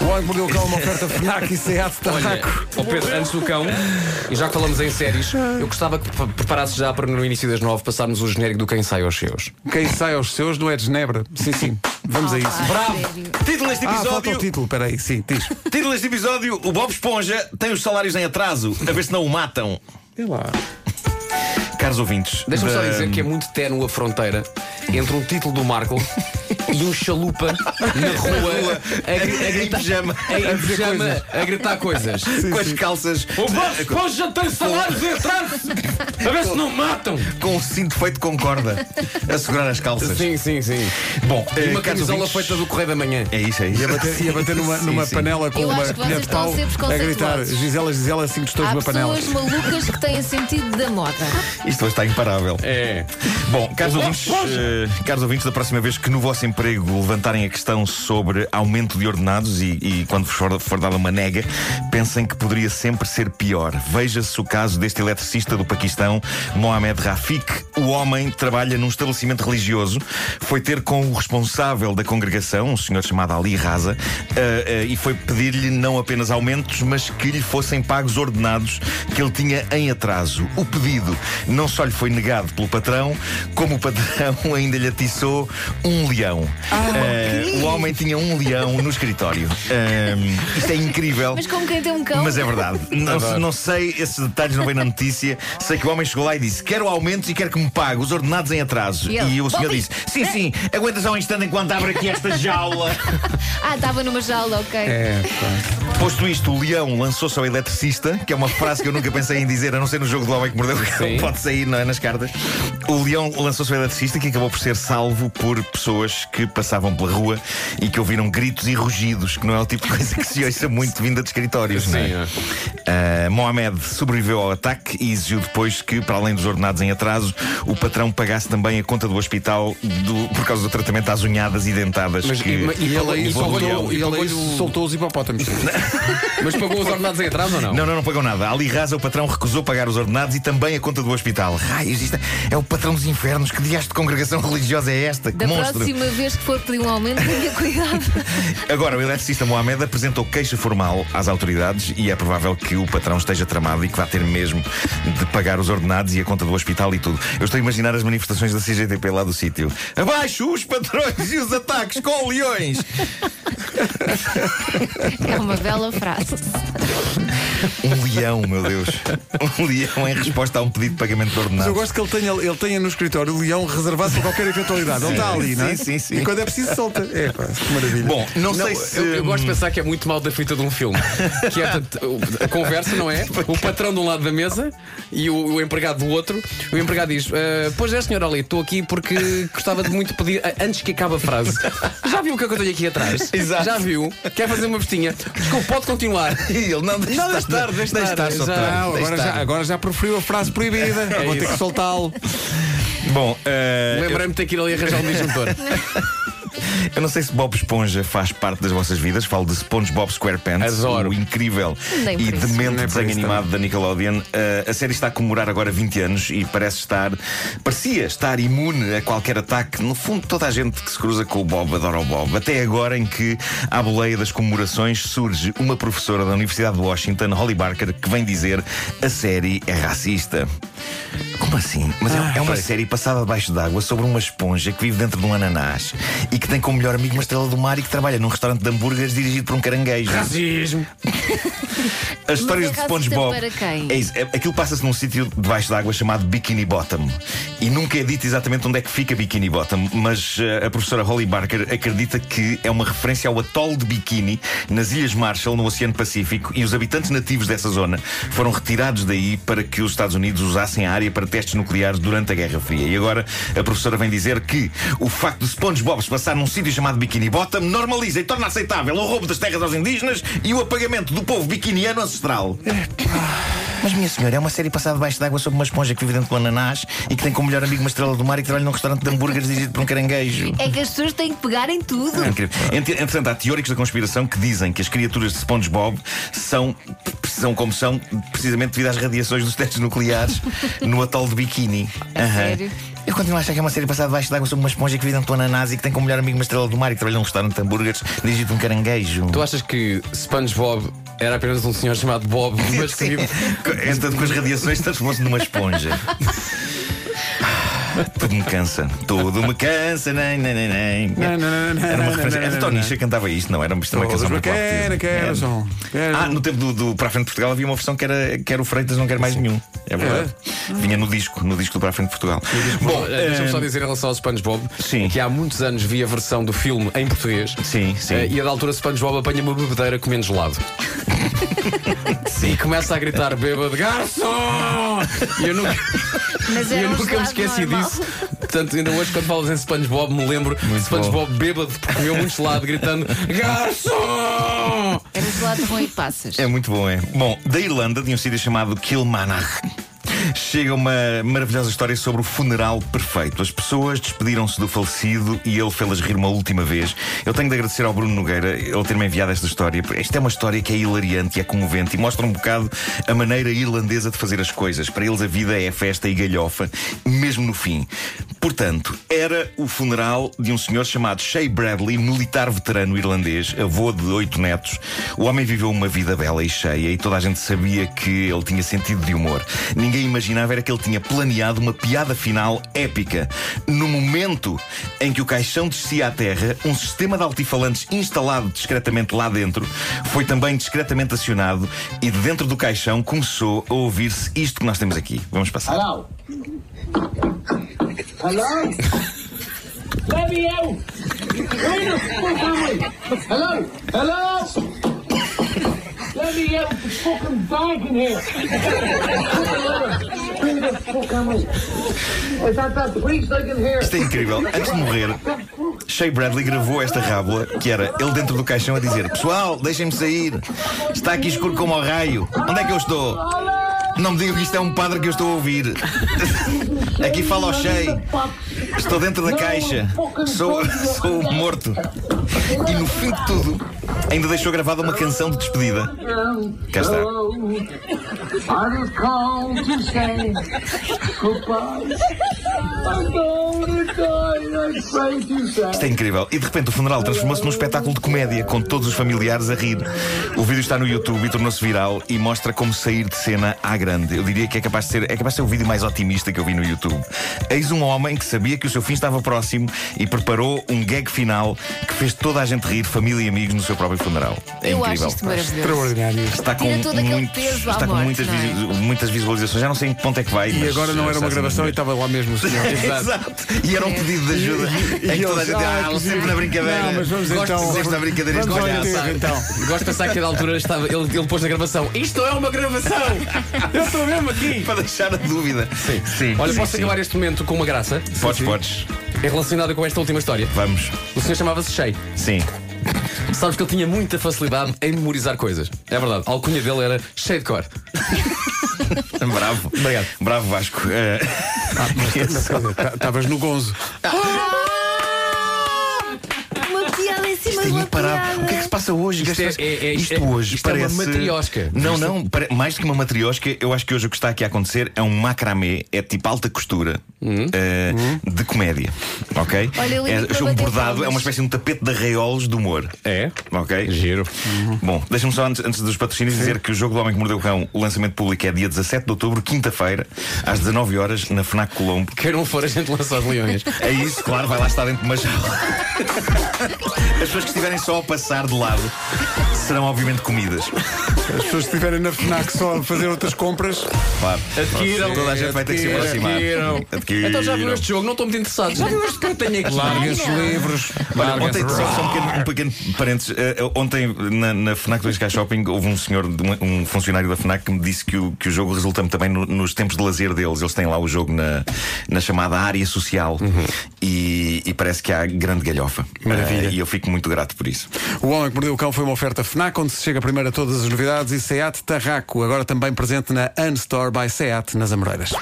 O Homem que Mordeu o Cão é uma oferta FNAC e SEAT Olha, Tarraco. É. ó Pedro, antes do cão, e já que falamos em séries, eu gostava que pre- preparasses já para no início das nove passarmos o genérico do Quem Sai aos Seus. Quem sai aos seus não é de Genebra. Sim, sim. Vamos Ah, a isso. Bravo! Título deste Ah, falta o episódio. título, peraí, sim, diz. título deste episódio: O Bob Esponja tem os salários em atraso. A ver se não o matam. Sei lá. Caros ouvintes. Deixa-me só da- dizer que é muito ténue a fronteira entre um título do Marco e um chalupa na rua a, gri- a Em gritar. pijama. A, a pijama, a gritar coisas. Com as calças. O Bob Esponja tem salários em atraso! A ver se não matam! Com o cinto feito com corda. A segurar as calças. Sim, sim, sim. Bom, E eh, uma caros camisola ouvintes, feita do Correio da Manhã. É isso, é isso. Ia bater, ia bater numa, numa Sim, sim. panela com Eu uma acho que vocês colher de estão pau a ser a gritar preconceituosos. Gisela, Gisela, assim que estou Há numa panela. pessoas malucas que têm sentido da moda. Isto hoje está imparável. É. Bom, caros Oh, ouvintes, Roger! eh, caros ouvintes, da próxima vez que no vosso emprego levantarem a questão sobre aumento de ordenados e, e quando vos for, for dada uma nega, pensem que poderia sempre ser pior. Veja-se o caso deste eletricista do Paquistão, Mohamed Rafik. O homem trabalha num estabelecimento religioso, foi ter com o responsável da congregação, um senhor chamado Ali Raza, eh, eh, e foi pedir-lhe não apenas aumentos, mas que lhe fossem pagos ordenados que ele tinha em atraso. O pedido não só lhe foi negado pelo patrão, como o patrão ainda lhe atiçou um leão. Ah, Eh, o homem tinha um leão no escritório. Eh, isto é incrível. Mas como quem tem um cão. Mas é verdade. Não, se- não sei, esses detalhes não vêm na notícia. Sei que o homem chegou lá e disse: Quero aumentos e quero que me pague os ordenados em atraso. E ele, E o senhor "Bobby, disse: Sim, sim, aguenta só um instante enquanto abre aqui esta jaula. Ah, estava numa jaula, ok. É, pá. Posto isto, o leão lançou-se ao eletricista, que é uma frase que eu nunca pensei em dizer, a não ser no jogo do homem que mordeu o cão. Sim. Pode sair, não é? Nas cartas. O leão lançou-se ao eletricista, que acabou por ser salvo por pessoas que passavam pela rua e que ouviram gritos e rugidos, que não é o tipo de coisa que se ouça muito vinda de escritórios, não é? Sim, é. Uh, Mohamed sobreviveu ao ataque e exigiu depois que, para além dos ordenados em atraso, o patrão pagasse também a conta do hospital do- por causa do tratamento às unhadas e dentadas Mas que e- e E ele pagou- aí e levou do pagou-lhe leão. o- soltou- e ele aí pagou-lhe o- soltou os hipopótamos. Mas pagou os ordenados em atraso ou não? Não, não, não pagou nada. Ali Raza, o patrão, recusou pagar os ordenados e também a conta do hospital. Raios, isto é o patrão dos infernos. Que diacho de congregação religiosa é esta? Que Da monstro! próxima vez que for pedir um aumento, tenha cuidado. Agora, o eletricista Mohamed apresentou queixa formal às autoridades e é provável que o patrão esteja tramado e que vá ter mesmo de pagar os ordenados e a conta do hospital e tudo. Eu estou a imaginar as manifestações da CGTP lá do sítio. Abaixo os patrões e os ataques com leões! É uma bela frase. Um leão, meu Deus. Um leão em resposta a um pedido de pagamento de Mas ordenados. eu gosto que ele tenha, ele tenha no escritório o leão reservado para qualquer eventualidade. Ele está ali, não é? Sim, sim, sim. E quando é preciso, solta. É, pá, que maravilha. Bom, não, Não, sei se. hum. eu, eu gosto de pensar que é muito mal da fita de um filme. Que é portanto, o- a conversa, não é? O patrão de um lado da mesa e o, o empregado do outro. O empregado diz: "Ah, Pois é, senhora ali, estou aqui porque gostava de muito pedir, ah, antes que acabe a frase, já viu o que é que eu tenho aqui atrás? Exato. Já viu? Quer fazer uma festinha? Desculpe, pode continuar. E ele, não, deixa Não, estar, deixa estar, deixa estar, só já. estar, Não, deixa agora já, estar. agora já proferiu a frase proibida. É Vou ter isso. que soltá-lo. Bom, eh, Lembrei-me de ter que ir ali arranjar um disjuntor. eu, eu não sei se Bob Esponja faz parte das vossas vidas. Falo de SpongeBob SquarePants, Adoro. o incrível Nem e é por isso. demente Nem é por desenho isso animado da Nickelodeon. Eh, a série está a comemorar agora 20 anos e parece estar, parecia estar imune a qualquer ataque. No fundo, toda a gente que se cruza com o Bob adora o Bob. Até agora em que, à boleia das comemorações, surge uma professora da Universidade de Washington, Holly Barker, que vem dizer a série é racista. Como assim? Mas é- é uma série passada debaixo d'água sobre uma esponja que vive dentro de um ananás e que tem como melhor amigo uma estrela do mar e que trabalha num restaurante de hambúrgueres dirigido por um caranguejo. Racismo. As histórias Mas de é racista SpongeBob. para quem? É isso, é- aquilo passa-se num sítio debaixo d'água chamado Bikini Bottom. E nunca é dito exatamente onde é que fica Bikini Bottom, mas eh, a professora Holly Barker acredita que é uma referência ao atol de Bikini nas Ilhas Marshall, no Oceano Pacífico, e os habitantes nativos dessa zona foram retirados daí para que os Estados Unidos usassem a área para testes nucleares durante a Guerra Fria. E agora a professora vem dizer que o facto de SpongeBob se passar num sítio chamado Bikini Bottom normaliza e torna aceitável o roubo das terras aos indígenas e o apagamento do povo biquiniano ancestral. Mas, minha senhora, é uma série passada debaixo d'água sobre uma esponja que vive dentro do ananás e que tem como melhor amigo uma estrela do mar e que trabalha num restaurante de hambúrgueres dirigido por um caranguejo. É que as pessoas têm que pegar em tudo. É incrível. Ent- Entretanto, há teóricos da conspiração que dizem que as criaturas de SpongeBob são, são como são, precisamente devido às radiações dos testes nucleares no atol de Bikini. Aham. sério? Eu continuo a achar que é uma série passada debaixo de água sobre uma esponja que vive dentro de um ananás e que tem como melhor amigo uma estrela do mar e que trabalha num restaurante de hambúrgueres, dirige um caranguejo. Tu achas que SpongeBob era apenas um senhor chamado Bob, mas que Sim. vive- Entanto, com as radiações transformou-se numa esponja. Ah, Tudo me cansa, tudo me cansa. Nem, nem, nem, nem. Não, não, não, Era não, uma não, referência. não, Era não, Tony não. Nisha que cantava isto, não? Era uma isto é uma Todas canção muito Quero, divertida. Era. quero, som. Quero. Ah, no tempo do, do Para a Frente de Portugal havia uma versão que era Quero Freitas, não quero mais nenhum. É verdade. Vinha no disco, no disco do Para a Frente de Portugal. Bom, Bom, eh, deixa-me só dizer em relação ao SpongeBob Sim. que há muitos anos vi a versão do filme em português. Sim, sim. Eh, E a da altura SpongeBob apanha uma bebedeira comendo gelado. sim. E começa a gritar bêbado, garçom! E eu nunca, Mas eu era um nunca me gelado esqueci normal. disso. Portanto, ainda hoje, quando falas em SpongeBob, me lembro de SpongeBob bêbado, porque comeu muito gelado, gritando garçom! Era um gelado de rum e passas. É muito bom, é. Bom, da Irlanda, de um sítio chamado Kilmarnock. Chega uma maravilhosa história sobre o funeral perfeito. As pessoas despediram-se do falecido e ele fê-las rir uma última vez. Eu tenho de agradecer ao Bruno Nogueira ele ter-me enviado esta história. porque Esta é uma história que é hilariante e é comovente e mostra um bocado a maneira irlandesa de fazer as coisas. Para eles a vida é festa e galhofa, mesmo no fim. Portanto, era o funeral de um senhor chamado Shea Bradley, militar veterano irlandês, avô de oito netos. O homem viveu uma vida bela e cheia e toda a gente sabia que ele tinha sentido de humor. Ninguém imaginava era que ele tinha planeado uma piada final épica. No momento em que o caixão descia à terra, um sistema de altifalantes instalado discretamente lá dentro foi também discretamente acionado e de dentro do caixão começou a ouvir-se isto que nós temos aqui. Vamos passar. Hello. Hello. Let me out. Where the fuck am I? Hello. Hello. Let me out. The fucking bag in here. Where the fuck am I? Is that that priest I can hear? Isto é incrível. Antes de morrer, Shea Bradley gravou esta rábula que era ele dentro do caixão a dizer: Pessoal, deixem-me sair. Está aqui escuro como o raio. Onde é que eu estou? Não me digam que isto é um padre que eu estou a ouvir. Aqui fala o Shea. Estou dentro da caixa. Sou, sou o morto. E no fim de tudo, ainda deixou gravada uma canção de despedida. Cá está. I was called to say goodbye. I'm going to die. I pray to say. Isto é incrível. E de repente o funeral transformou-se num espetáculo de comédia, com todos os familiares a rir. O vídeo está no YouTube e tornou-se viral e mostra como sair de cena à grande. Eu diria que é capaz de ser, é capaz de ser o vídeo mais otimista que eu vi no YouTube. Eis um homem que sabia que o seu fim estava próximo e preparou um gag final que fez toda a gente rir, família e amigos, no seu próprio funeral. É Eu acho incrível. isto maravilhoso. Extraordinário. Está com, Tira todo aquele muitos- peso à está com morte, muitas, não é? visu- muitas visualizações. Já não sei em que ponto é que vai. E mas agora não já era está uma assim gravação e mesmo. estava lá mesmo o senhor. Exato. E era um pedido de ajuda em que toda a gente. eles, Ah, ah, ele sempre na brincadeira. Não, mas vamos Gosto- então. Gosto da brincadeira. Vamos este ao palhaço. enterro, então. Gosto de pensar que na altura estava, ele, ele pôs na gravação: Isto é uma gravação! Eu estou mesmo aqui! Para deixar a dúvida. Sim, sim. Olha, sim, posso sim. acabar este momento com uma graça? Podes, podes. É relacionada com esta última história. Vamos. O senhor chamava-se Shea. Sim. Sabes que ele tinha muita facilidade em memorizar coisas. É verdade, a alcunha dele era cheia de cor. Bravo. Obrigado. Bravo, Vasco. Eh, Estavas tá, no Gonzo. Uma piada em cima Isto é de uma imparável. O que é que piada. se passa hoje? Isto Gastas- é- é- é- isto é- hoje isto é uma parece. matriosca. Não, não. pare- Mais do que uma matriosca, eu acho que hoje o que está aqui a acontecer é um macramé, é tipo alta costura Hum. eh, de comédia. Ok? Hum. Olha, eu ligo é, para um bater bordado, palmas. é uma espécie de um tapete de arraiolos de humor. É? Ok? Giro. Uhum. Bom, deixa-me só antes, antes dos patrocínios dizer que o jogo do Homem que Mordeu o Cão, o lançamento público é dia 17 de outubro, quinta-feira, às 19 horas na Fnac Colombo. Quem não for, a gente lança os leões. É isso, claro, vai lá estar dentro de uma jaula. As pessoas que estiverem só a passar de lado serão, obviamente, comidas. As pessoas que estiverem na FNAC só a fazer outras compras. Claro. Adquiram. Toda a gente vai ter que se Adquiram. aproximar. Adquiram. Adquiram. Então já viram este jogo, não estou muito interessado. Já viram este que eu tenho aqui? Larguem os Ai, não. livros. Olha, Larga-se. ontem, só, só um, pequeno, um pequeno parênteses. Eh, ontem, na, na Fnac do Isca Shopping, houve um senhor, de uma- um funcionário da Fnac, que me disse que o, que o jogo resulta-me também no- nos tempos de lazer deles. Eles têm lá o jogo na, na chamada área social Uhum. e, e parece que há grande galhofa. Maravilha. Eh, e eu fico muito grato por isso. O Homem que Mordeu o Cão foi uma oferta FNAC, onde se chega primeiro a todas as novidades e SEAT Tarraco, agora também presente na Unstore by SEAT, nas Amoreiras.